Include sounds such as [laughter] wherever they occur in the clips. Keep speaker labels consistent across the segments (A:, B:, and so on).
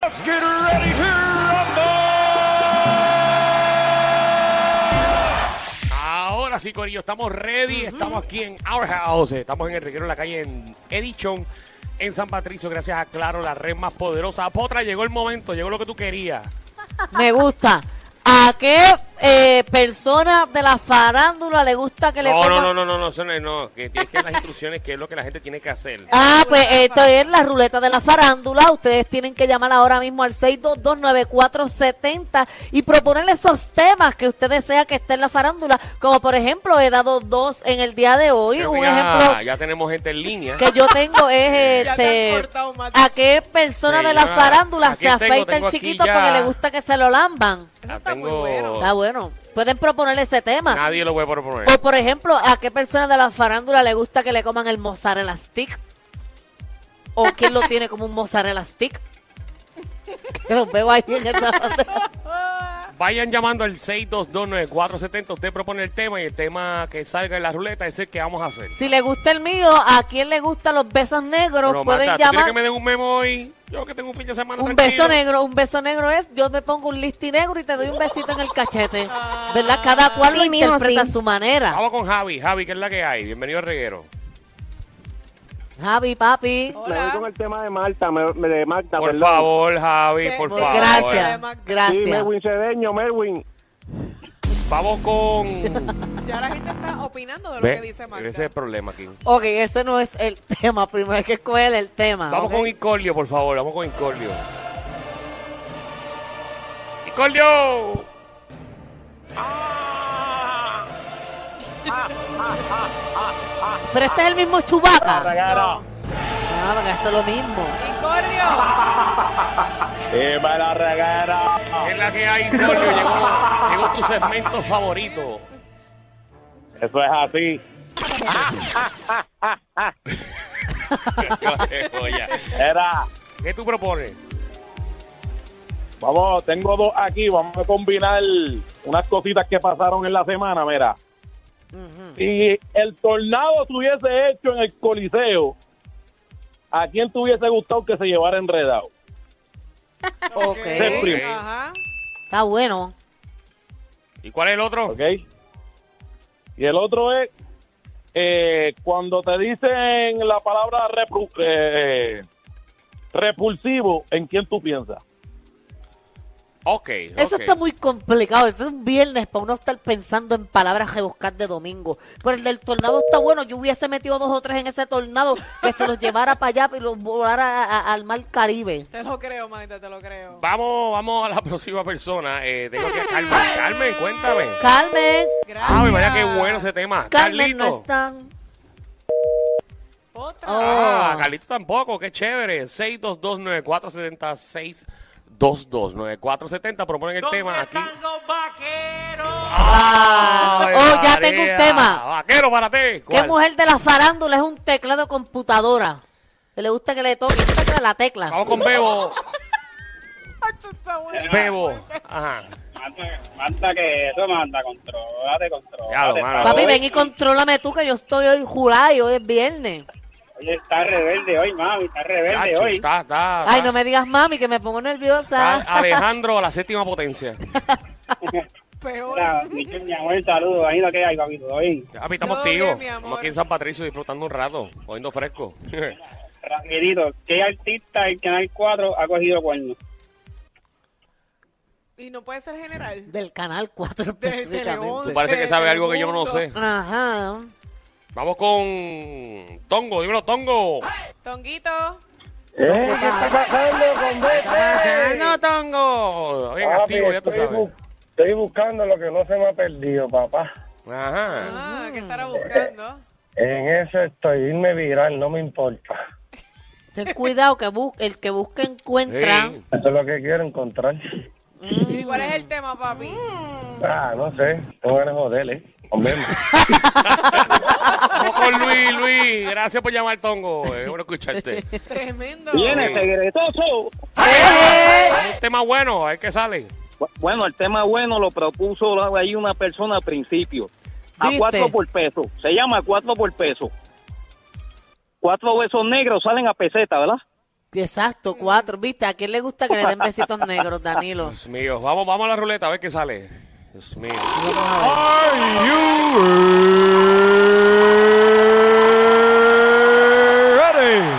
A: Let's get ready to rumble. Ahora sí, Corillo, estamos ready. Estamos aquí en Our House. Estamos en el reguero de la calle en Edichon, en San Patricio. Gracias a Claro, la red más poderosa. Potra, llegó el momento, llegó lo que tú querías.
B: Me gusta. ¿A qué eh, persona de la farándula le gusta que le
A: No, no,
B: pongan-
A: no, no, no, no, eso no, es- no, que tienes que dar las instrucciones, que es lo que la gente tiene que hacer.
B: Ah, pues esto es la ruleta de la farándula. Ustedes tienen que llamar ahora mismo al 6229470 y proponerle esos temas que usted desea que esté en la farándula. Como por ejemplo, he dado dos en el día de hoy.
A: Creo que
B: Un
A: ya,
B: ejemplo
A: ya tenemos gente en línea.
B: que yo tengo es
C: Ya te han
B: este
C: cortado, Max.
B: a qué persona de la
A: Señora,
B: farándula
A: aquí tengo,
B: se afeita
A: tengo
B: el
A: aquí
B: chiquito
A: ya.
B: porque le gusta que se lo lamban.
A: Ya
C: está muy bueno.
B: Está bueno. Pueden proponerle ese tema.
A: Nadie lo puede proponer.
B: O Pues, por ejemplo, ¿a qué persona de la farándula le gusta que le coman el mozzarella stick? ¿O quién lo tiene como un mozzarella stick? Que los veo ahí en esa bandera.
A: Vayan llamando al 6229470. Usted propone el tema y el tema que salga en la ruleta es el que vamos a hacer.
B: Si le gusta el mío, ¿a quién le gustan los besos negros?
A: Pero,
B: pueden
A: Magda, ¿tú quieres
B: llamar.
A: que me den un memo hoy? Yo que tengo un fin de semana
B: Un
A: tranquilo.
B: beso negro, un beso negro es yo me pongo un listi negro y te doy un besito en el cachete. ¿Verdad? Cada cual lo
D: Ah. Sí, mijo,
B: interpreta
D: sí.
B: a su manera.
A: Vamos con Javi. Javi, ¿qué es la que hay? Bienvenido al reguero.
B: Javi, papi.
D: Oh,
E: Me voy con
C: Hola.
E: el tema de Marta, me, me- de Magda,
A: Por
E: perdón.
A: favor, Javi,
C: Sí,
A: por
C: sí.
A: favor.
B: Gracias,
E: Sí,
B: gracias.
E: Melwin Cedeño, Melwin.
A: Vamos
B: [laughs]
A: con...
C: Ya la gente está opinando de lo
A: Ve,
C: que dice Magda.
A: Ese es el problema aquí.
B: Ok, ese no es el [laughs] tema. Primero hay que escoger el tema.
A: Vamos
B: Ah, ¿ok?
A: con Incordio, por favor. Vamos con Incordio. ¡Incordio!
B: Pero este es el mismo Chubaca.
E: Cara.
C: No.
B: Ah, porque hace lo mismo.
C: Incordio.
E: Y me la regara.
A: ¿Qué es la que hay, Incordio? Llegó, llegó tu segmento favorito. [laughs]
E: Eso es así.
A: eh, Oye,
E: Era,
A: ¿Qué tú propones?
E: vamos, tengo dos aquí, vamos a combinar unas cositas que pasaron en la semana, mira. Si el tornado se hubiese hecho en el Coliseo, ¿a quién te hubiese gustado que se llevara enredado?
B: Ok.
E: Séptimo.
C: Ajá.
B: Está bueno.
A: ¿Y cuál es el otro?
E: ¿ok? Y el otro es eh, cuando te dicen la palabra repru- eh, repulsivo, ¿en quién tú piensas?
A: Ok.
B: Eso
A: ok.
B: está muy complicado. Eso es un viernes para uno estar pensando en palabras que buscar de domingo. Pero el del tornado está bueno. Yo hubiese metido dos o tres en ese tornado que se los llevara para allá y los volara a- a- al mar Caribe.
C: Te lo creo, Magda, te lo creo.
A: Vamos, vamos a la [laughs] próxima persona. Eh, tengo que Carmen. Carmen, cuéntame.
B: Carmen,
C: Gracias.
A: Ah, mira qué bueno ese tema.
B: Carmen
A: Carlito.
B: no están.
C: Otra.
B: Oh.
A: Ah, Carlito tampoco, qué chévere. 6229470 6229470 proponen el tema aquí. Ay,
B: oh, ya tengo un tema.
A: Vaquero para ti.
B: ¿Qué
A: ¿Cuál?
B: mujer de la farándula es un teclado de computadora? Que le gusta que le toque Tócale la tecla.
A: Vamos con Bebo.
C: Acho, está bueno.
A: Bebo. Ajá.
F: Manda que eso, manda, controlate, controlate.
A: Ya lo, mano.
B: Papi,
A: Ay.
B: ven y contrólame tú que yo estoy hoy jurada y hoy es viernes.
F: Oye, está rebelde hoy, mami, está rebelde
A: Chacho,
F: hoy.
A: está, está,
B: Ay,
A: está-
B: no me digas mami, que me pongo nerviosa.
A: está Alejandro a la séptima potencia.
C: Peor.
F: Mira, mi, mi amor, saludos, ahí lo que hay, papito, hoy.
A: Papi, estamos
C: Todo
A: tío.
C: bien, mi amor.
A: Estamos aquí en San Patricio disfrutando un rato, cogiendo fresco. [laughs]
F: Rapidito, ¿qué artista en Canal 4 ha cogido cuernos?
C: Y no puede ser general.
B: Del canal 4
C: De
B: específicamente.
C: Teleonce,
A: Parece que sabe algo que yo no
C: Telemundo.
A: sé.
B: Ajá.
A: Vamos con Tongo, dímelo Tongo.
C: Tonguito.
E: ¿Qué Eh, está pasando con
A: No, Tongo. Bien activo, ya tú sabes.
E: Estoy buscando lo que no se me ha perdido, papá.
A: Ajá.
B: Mm.
C: Ah, que estará buscando.
E: En eso estoy, irme viral, no me importa.
B: Ten cuidado que bus- el que busca encuentra.
A: Sí.
D: Eso es lo que quiero encontrar.
C: ¿Y cuál es el tema, papi?
B: Mm.
D: Ah, no sé. Tengo ganas de joder, ¿eh? [laughs] Hombre.
A: Vamos con Luis, Luis. Gracias por llamar, Tongo. Es bueno escucharte.
C: Tremendo.
F: Viene secretoso.
A: Hay un tema bueno, hay que sale.
F: Bu- Bueno, el tema bueno lo propuso lo- ahí una persona al principio. A
B: ¿Viste?
F: cuatro por peso. Se llama cuatro por peso. Cuatro huesos negros salen a peseta, ¿verdad?
B: Exacto, cuatro. ¿Viste? ¿A quién le gusta que le den besitos
C: [laughs]
B: negros, Danilo?
A: Dios mío, vamos, vamos a la ruleta a ver qué sale. Dios mío. Are you ready? Vengo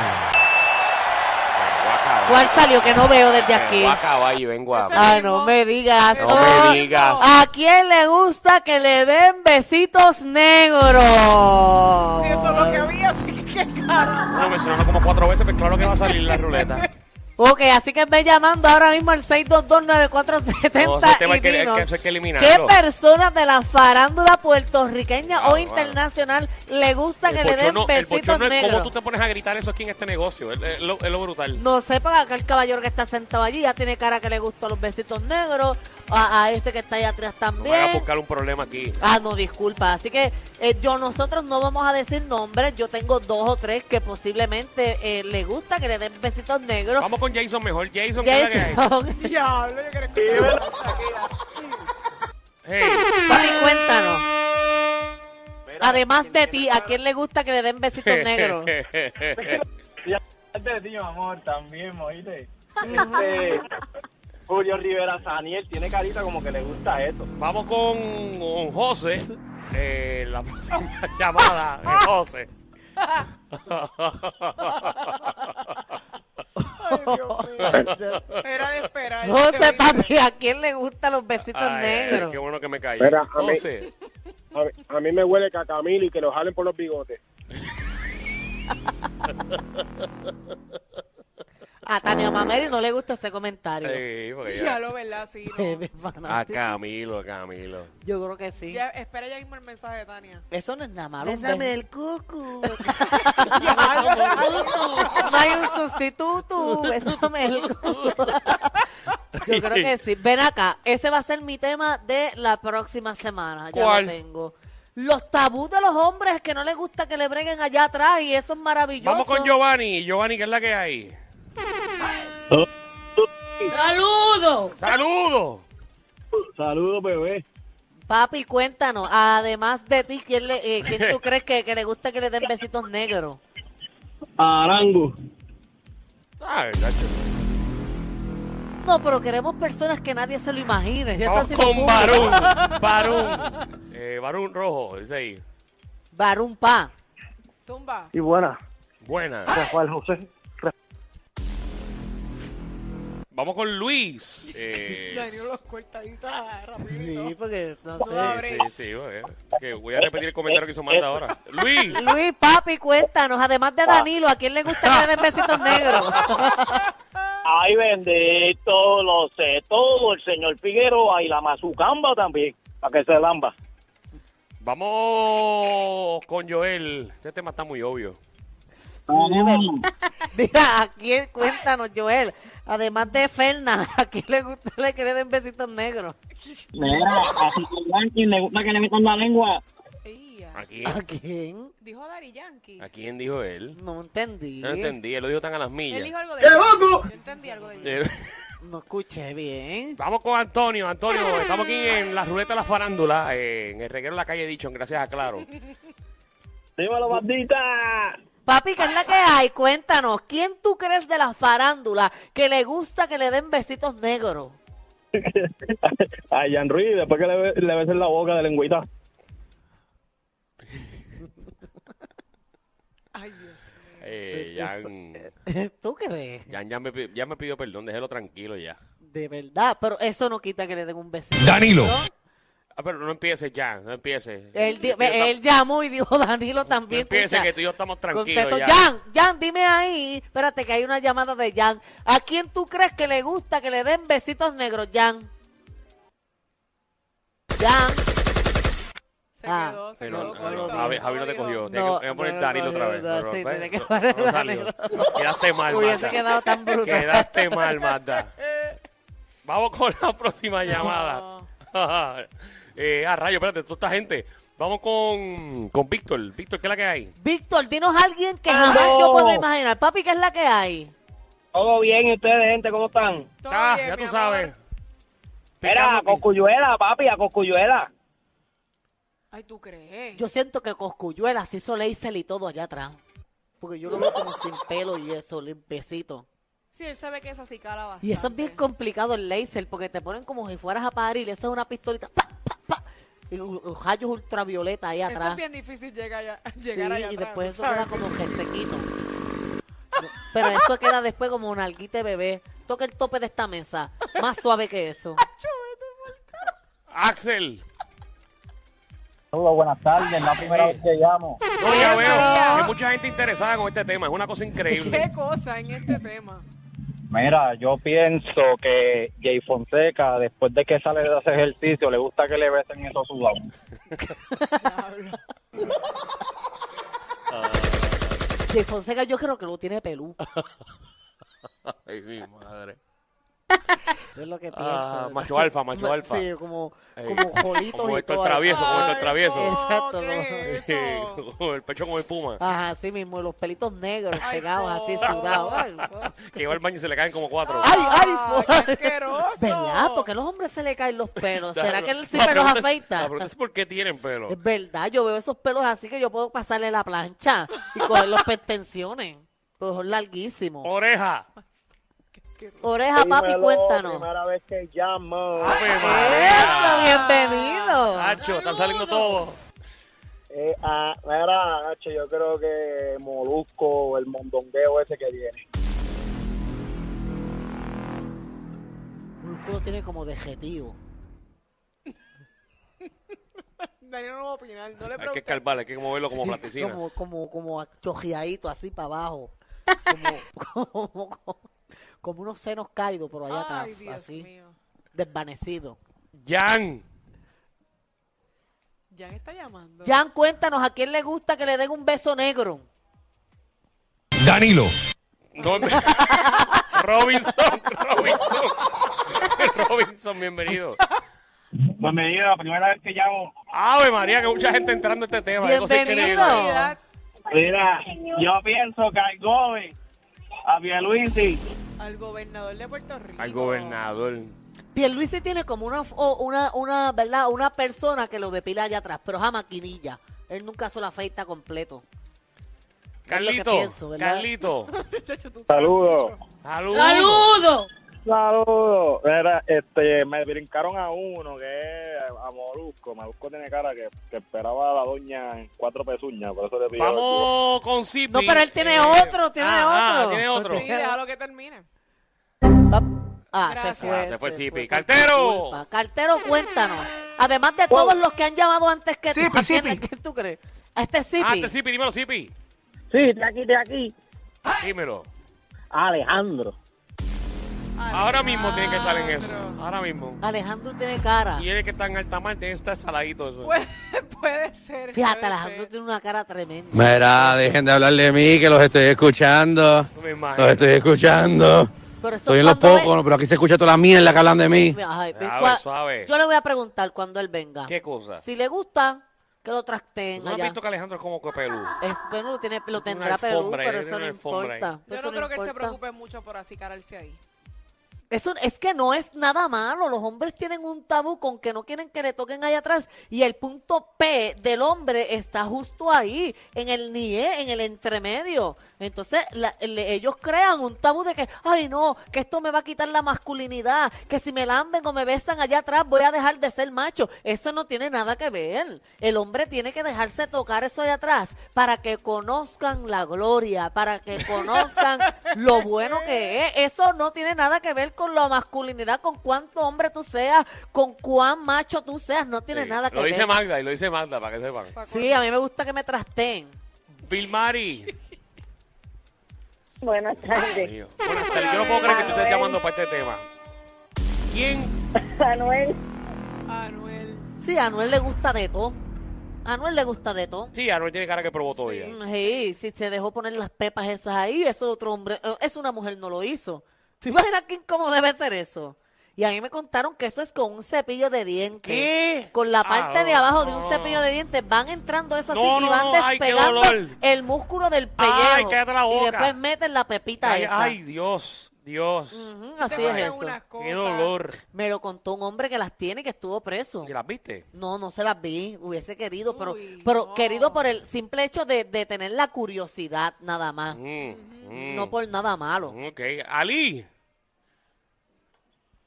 A: a caballo,
B: ¿Cuál salió que no veo desde aquí?
A: Vengo a caballo, vengo a...
C: Esa-
B: Ah, no me digas.
C: Eh, No Ah,
A: No
B: Oh,
A: me digas.
B: ¿A quién le gusta que le den besitos
C: Si eso es
B: negros?
C: lo que había, así que qué caro.
A: Lo mencionaron como cuatro veces, pero claro que va a salir la
B: [laughs]
A: ruleta.
B: Ok, así que ve llamando ahora mismo al 6229470
A: No, ese tema
B: y
A: hay que-
B: dinos,
A: hay que- eso hay que eliminarlo.
B: ¿Qué persona de la farándula puertorriqueña o
A: Claro,
B: internacional le gusta que le den
A: bochorno- el
B: besitos
A: bochorno es cómo tú
B: negros?
A: te pones a gritar eso aquí en este negocio. Es, es lo, es lo brutal.
B: No sé, porque aquel caballero que está sentado allí ya tiene cara que le gustan los besitos negros, a, a ese que está allá atrás
A: No van a
B: también.
A: buscar un problema aquí.
B: Ah, no, disculpa. Así que eh, yo nosotros no vamos a decir nombres. Yo tengo dos o tres que posiblemente eh, le gusta que le den besitos negros.
A: Vamos con Jason mejor. Jason, ¿qué es la que hay?
B: Jason,
C: Diablo, yo quiero escuchar.
B: [laughs]
A: Hey,
B: papi, cuéntanos. Además de ti, ¿a quién le gusta que le
A: [laughs]
B: den besitos negros?
D: de ti, amor, también, oíste.
F: Eh, Julio Rivera Saniel tiene carita como que le gusta eso.
A: Vamos con, con José. Eh, la [laughs] próxima llamada de José.
C: Era de esperar.
B: No
C: te
B: sé,
C: digo.
B: papi, ¿a quién le gustan los besitos
A: Ay,
B: negros?
A: Qué bueno que me caí.
E: Mira, a mí-
A: José.
E: A, ver, a mí me huele cacamil y que lo jalen por los bigotes.
B: A Tania Mameri no le gusta ese comentario. [laughs]
A: Sí, porque ya-
C: Ya lo verdad, sí. no.
B: Bebé fanático.
A: A Camilo, a Camilo.
B: Yo creo que sí.
C: Ya, espera ya mismo el mensaje de Tania.
B: Eso no es nada malo. un
G: Bésame el cucu.
B: [laughs] No hay un sustituto. Eso me
A: [laughs]
B: lo- Yo creo que sí. Ven acá. Ese va a ser mi tema de la próxima semana. Ya
A: ¿Cuál?
B: lo tengo. Los tabús de los hombres que no les gusta que le breguen allá atrás y eso es maravilloso.
A: Vamos con Giovanni. Giovanni, ¿qué es la que hay?
G: ¡Saludos!
A: ¡Saludos!
F: Saludos, bebé.
B: Papi, cuéntanos. Además de ti, ¿quién, le- eh,
A: [laughs]
B: quién tú crees que, que le gusta que le den besitos negros?
F: Arango.
A: Ay, chacho.
B: No, pero queremos personas que nadie se lo imagine. Ya eso ha
A: Vamos
B: sido
A: con
B: público.
A: Barún. Barún. Eh, Barún Rojo, dice ahí.
B: Barún Pa.
C: Zumba.
H: Y buena,
A: Buena.
H: Rafael José.
A: Vamos con
C: [laughs]
A: Luis. Eh,
C: Daniel los corta ahí, está, rapidito.
B: Sí, porque no
A: sí,
B: sé.
A: sí, sí, bueno, eh, que voy a repetir el comentario que hizo Marta ahora. Luis.
B: Luis, papi, cuéntanos, además de Danilo, ¿a quién le gusta que le den besitos negros?
F: Ay, bendito, lo sé todo. El señor Figueroa y la mazucamba también. Para que se lamba.
A: Vamos con Joel. Este tema está muy obvio.
B: Mira, ¿a quién? Cuéntanos, Joel. Además de Ferna, ¿a quién le gusta que le den besitos negros?
F: Mira, a Super Yankee le gusta que le metan la lengua.
C: Ey, ya.
A: ¿A quién?
B: ¿A quién?
C: Dijo Dari Yankee.
A: ¿A quién dijo él?
B: No entendí.
A: No entendí, él lo dijo tan a las
C: Él
A: millas.
C: dijo algo de ¡Qué loco! Yo entendí algo de ella.
A: [laughs] Eh,
B: No escuché bien.
A: Vamos con Antonio. Antonio, estamos aquí en la ruleta de la farándula, eh, en el reguero de la calle Dicho, gracias a Claro.
F: Dímelo, bandita.
B: Papi, ¿qué es la que hay? Cuéntanos, ¿quién tú crees de la farándula que le gusta que le den besitos negros? [laughs]
D: A Jan Ruiz, después que le, be- le besen la boca de lengüita.
C: Ay, Dios.
A: Eh, Jan,
B: ¿Tú crees?
A: Jan, ya, me, pi- ya me pidió perdón, déjelo tranquilo ya.
B: De verdad, pero eso no quita que le den un besito.
I: Danilo.
A: Ah, pero no empieces, Jan, no empieces.
B: Él, di-
A: Yo tam-
B: él llamó y dijo, Danilo
A: no
B: también.
A: empieces,
B: escucha.
A: que tú y yo estamos tranquilos
B: Contesto,
A: ya.
B: Jan, Jan, dime ahí, espérate que hay una llamada de Jan. ¿A quién tú crees que le gusta que le den besitos negros, Jan? Jan,
C: Se
B: Ah.
C: quedó, se
A: Sí, no,
C: quedó.
A: no,
C: corto,
A: no, Javi, Javi no te cogió. Tenía que, tenía
B: No,
A: que poner
B: no, no,
A: Danilo otra
B: no,
A: vez.
B: no,
A: pero
B: sí,
A: ves,
B: tenía que
A: no-
B: poner
A: no salió.
B: Danilo.
A: Quedaste mal,
B: Hubiese
A: Magda. [laughs]
B: quedado tan brutal.
A: Quedaste mal, Magda. Vamos con la próxima
C: No.
A: llamada. [laughs] eh, a rayo, espérate, toda esta gente. Vamos con, con Víctor. Víctor, ¿qué es la que hay?
B: Víctor, dinos a alguien que jamás yo puedo imaginar. Papi, ¿qué es la que hay?
F: Todo bien, ¿y ustedes, gente, cómo están?
C: Todo
A: Ah,
C: bien,
A: ya tú
C: mi amor.
A: sabes.
F: Era a
A: Picando-
F: Cocuyuela, papi, a Cocuyuela.
C: Ay, ¿tú crees?
B: Yo siento que Coscuyuela se hizo Leisel y todo allá atrás. Porque yo lo veo como sin pelo y eso, limpecito.
C: Sí, él sabe que es así, cala bastante.
B: Y eso es bien complicado el laser, porque te ponen como si fueras a parir, esa es una pistolita, pa, pa, pa, y u- u- rayos ultravioleta ahí
C: Eso
B: atrás.
C: es bien difícil llegar allá.
B: Sí,
C: Llegar allá
B: y
C: atrás,
B: después eso
C: ¿sabes?
B: queda como resequito. Pero eso queda después como un alguite bebé. Toca el tope de esta mesa, más suave que eso.
A: Axel.
D: Saludos, buenas tardes. La primera
A: vez
D: que llamo.
A: No, ya
C: Eso ya.
A: veo. Hay mucha gente interesada con este tema. Es una cosa increíble.
C: [laughs] Qué cosa en este tema.
D: Mira, yo pienso que Jay Fonseca, después de que sale de hacer ejercicio, le gusta que le besen esos sudados.
C: Diablo.
B: Jay Fonseca yo creo que lo tiene pelú.
A: Ay, mi
C: [laughs]
A: madre.
B: Es lo que pienso.
A: Ah,
B: ¿verdad?
A: macho alfa, macho
B: Ma-
A: alfa.
B: Sí, como,
A: Ey.
B: como jolitos
A: Como
B: y
A: Héctor
B: todo.
A: Travieso, como Héctor
C: Ay,
A: Travieso.
C: no,
B: Exacto,
A: [laughs]
C: ¿qué es eso?
A: Con el pecho como el
B: [laughs]
A: puma.
B: Ajá, así mismo, los pelitos negros
C: Ay,
B: pegados así,
C: por-
B: sudados. Ay, por-
A: Que va al baño y se le caen como cuatro.
B: Ay, ay,
C: Ah,
B: fue-
C: qué asqueroso.
B: ¿Verdad? Porque a los hombres se le caen los pelos. ¿Será que él sí
A: La
B: pelos
A: pregunta es- La
B: afeita?
A: pregunta es por qué tienen pelo.
B: Es verdad, yo veo esos pelos así que yo puedo pasarle la plancha y coger los pretensiones. Pues son
A: Oh.
B: larguísimos.
A: Oreja.
B: Oreja, papi, cuéntanos.
D: Primera vez que llamo.
A: Ave
B: ¡Eso,
A: María.
B: bienvenido!
A: Nacho, están saliendo todos.
D: Eh, ah, mira, Nacho, yo creo que Molusco, el mondongueo ese que viene.
B: Molusco lo tiene como de objetivo.
C: Daniel no va a opinar. No le
A: Hay que
C: preguntes.
A: escarbarle, hay que moverlo como plasticina.
B: Como, como, como chojeadito así para abajo. Como, [laughs] como, como, como unos senos caídos por allá atrás.
C: Ay, Dios
B: así,
C: mío.
B: desvanecido.
A: Jan.
C: Jan está llamando.
B: Jan, cuéntanos, ¿a quién le gusta que le den un beso negro?
H: Danilo.
A: No, me- [laughs] Robinson, Robinson. [laughs] Robinson, bienvenido.
D: Bienvenido, la primera vez que llamo.
A: Ave María, que mucha gente entrando a este tema. qué cosa
B: Bienvenido.
A: increíble.
C: Navidad.
D: Mira, yo pienso que al Gobe, a Luisi,
C: Al gobernador de Puerto Rico.
A: Al gobernador.
B: Pierluisi tiene como una, o- una, una, ¿verdad? Una persona que lo depila allá atrás, pero es a maquinilla. Él nunca se lo afeita completo. Es lo que
A: Carlito,
B: pienso, ¿verdad? [laughs]
A: Carlito.
C: [laughs] Chacho, tú sabes,
D: Saludos.
C: chacho.
A: Saludos.
G: ¡Saludo!
D: Saludos. Mira, este, me brincaron a uno que es a Molusco. Molusco tiene cara que, que esperaba a la doña en cuatro pezuñas, por eso le pidió.
A: Vamos con Zipi.
B: No, pero él tiene
A: Eh,
B: otro, tiene
A: ah, ah,
B: otro.
A: tiene otro.
C: Sí, déjalo que termine. [laughs]
B: Ah,
C: Gracias.
B: se fue.
A: Ah, se fue Zipi.
B: fue.
A: ¡Cartero!
B: Disculpa. Cartero, cuéntanos. Además de todos los que han llamado antes que tú, ¿a quién, a quién tú crees? A este Zipi.
A: Ah, este Zipi, dímelo, Zipi.
F: Sí, de aquí, de aquí.
A: Dímelo.
F: Alejandro.
A: Ahora mismo tiene que estar en eso.
C: Alejandro.
A: Ahora mismo.
B: Alejandro tiene cara.
A: Y este él que está en alta mar, tiene que estar saladito eso.
C: Puede, puede ser.
B: Fíjate,
C: puede
B: Alejandro
C: ser.
B: tiene una cara tremenda.
I: Mira, dejen de hablar de mí, que los estoy escuchando.
A: No me
I: Los
A: imagino.
I: estoy escuchando.
B: Pero eso
I: Estoy en los
B: cuando
I: pocos, pero aquí se escucha toda la mierda que hablan de mí.
B: ve- Ay, ve-
A: Suave,
B: cua-
A: suave.
B: Yo le voy a preguntar cuando él venga.
A: ¿Qué cosa?
B: Si le gusta, que lo
A: ¿Tú
B: tracten
A: no has
B: allá.
A: visto que Alejandro es como que pelú?
B: Es, bueno, lo, tiene,
A: Tiene
B: lo tendrá
A: una
B: Perú,
A: alfombra ahí,
B: pero
A: tiene
B: eso no
A: una alfombra
B: importa.
C: Yo
B: eso
C: no creo que él se
B: importa.
C: preocupe mucho por acicararse ahí.
B: Eso, es que no es nada malo. Los hombres tienen un tabú con que no quieren que le toquen allá atrás. Y el punto P del hombre está justo ahí, en el nie, en el entremedio. Entonces, la- le- ellos crean un tabú de que, ay no, que esto me va a quitar la masculinidad, que si me lamben o me besan allá atrás voy a dejar de ser macho. Eso no tiene nada que ver. El hombre tiene que dejarse tocar eso allá atrás para que conozcan la gloria, para que conozcan lo bueno que es. Eso no tiene nada que ver con la masculinidad, con cuánto hombre tú seas, con cuán macho tú seas. No tiene
A: Sí.
B: nada que
A: Lo
B: ver.
A: dice Magda y lo dice Magda para que sepan.
C: Paco.
B: Sí, a mí me gusta que me trasteen.
A: Bill Mari.
J: Buenas tardes,
A: Mío. Bueno, hasta yo no puedo creer que tú estés llamando para este tema. ¿Quién?
J: Manuel.
C: Anuel.
B: Sí, a Noel le gusta de todo. A Anuel le gusta de todo.
A: Sí, Anuel tiene cara que probó todo ella.
B: Mm, Sí, si se dejó poner las pepas esas ahí, eso otro hombre, eh, es una mujer no lo hizo. ¿Te imaginas quién cómo debe ser eso? Y a mí me contaron que eso es con un cepillo de dientes.
A: ¿Qué?
B: Con la
A: Ah,
B: parte de
A: no,
B: abajo de
A: no,
B: un
A: no.
B: cepillo de dientes van entrando eso así
A: No,
B: y
A: no,
B: van
A: no, ay, qué
B: despegando
A: dolor.
B: el músculo del pellejo.
A: Ay, cállate la
B: Y
A: boca.
B: después meten la pepita
A: Ay,
B: esa. Mm,
A: ay, Dios, Dios.
B: Ujú,
C: Te
B: así es
C: meten
B: eso.
C: unas
A: Qué
C: cosas.
A: dolor.
B: Me lo contó un hombre que las tiene y que estuvo preso.
A: ¿Y las viste?
B: No, no se las vi, hubiese querido, pero,
C: Uy,
B: pero
C: no.
B: querido por el simple hecho de, de tener la curiosidad nada más,
A: Mm,
B: no
A: mm,
B: por nada malo.
A: Ok, Ali.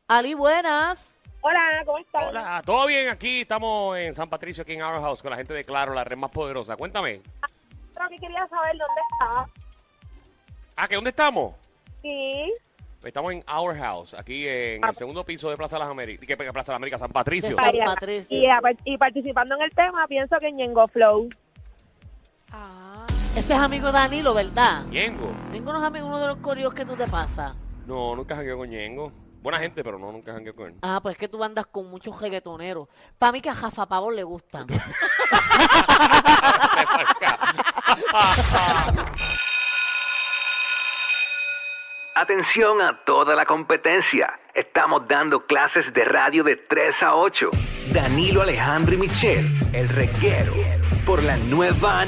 B: Ali, buenas.
H: Hola, ¿cómo estás?
A: Hola, ¿todo bien aquí? Estamos en San Patricio, aquí en Our House, con la gente de Claro, la red más poderosa. Cuéntame.
H: Creo que quería saber dónde está.
A: Ah, ¿que dónde estamos?
H: Sí,
A: Estamos en Our House, aquí en el segundo piso de Plaza de las Américas, que Plaza de las Américas, San Patricio.
B: De San-
H: Mariana.
B: Patricio.
H: Y, apar- y participando en el tema, pienso que Ñengo Flow.
C: Ah,
B: Ese es amigo de Danilo, ¿verdad?
A: Ñengo.
B: Ninguno es amigo, uno de los corridos que tú te pasas.
A: No, nunca jangueo con Ñengo. Buena gente, pero no, nunca jangueo con él. [laughs]
B: Ah, pues es que tú andas con muchos reggaetoneros. Para mí que a Jafa Pavón le gustan.
J: Atención a toda la competencia. Estamos dando clases de radio de 3 a 8. Danilo Alejandro y Michel, el reguero, por la nueva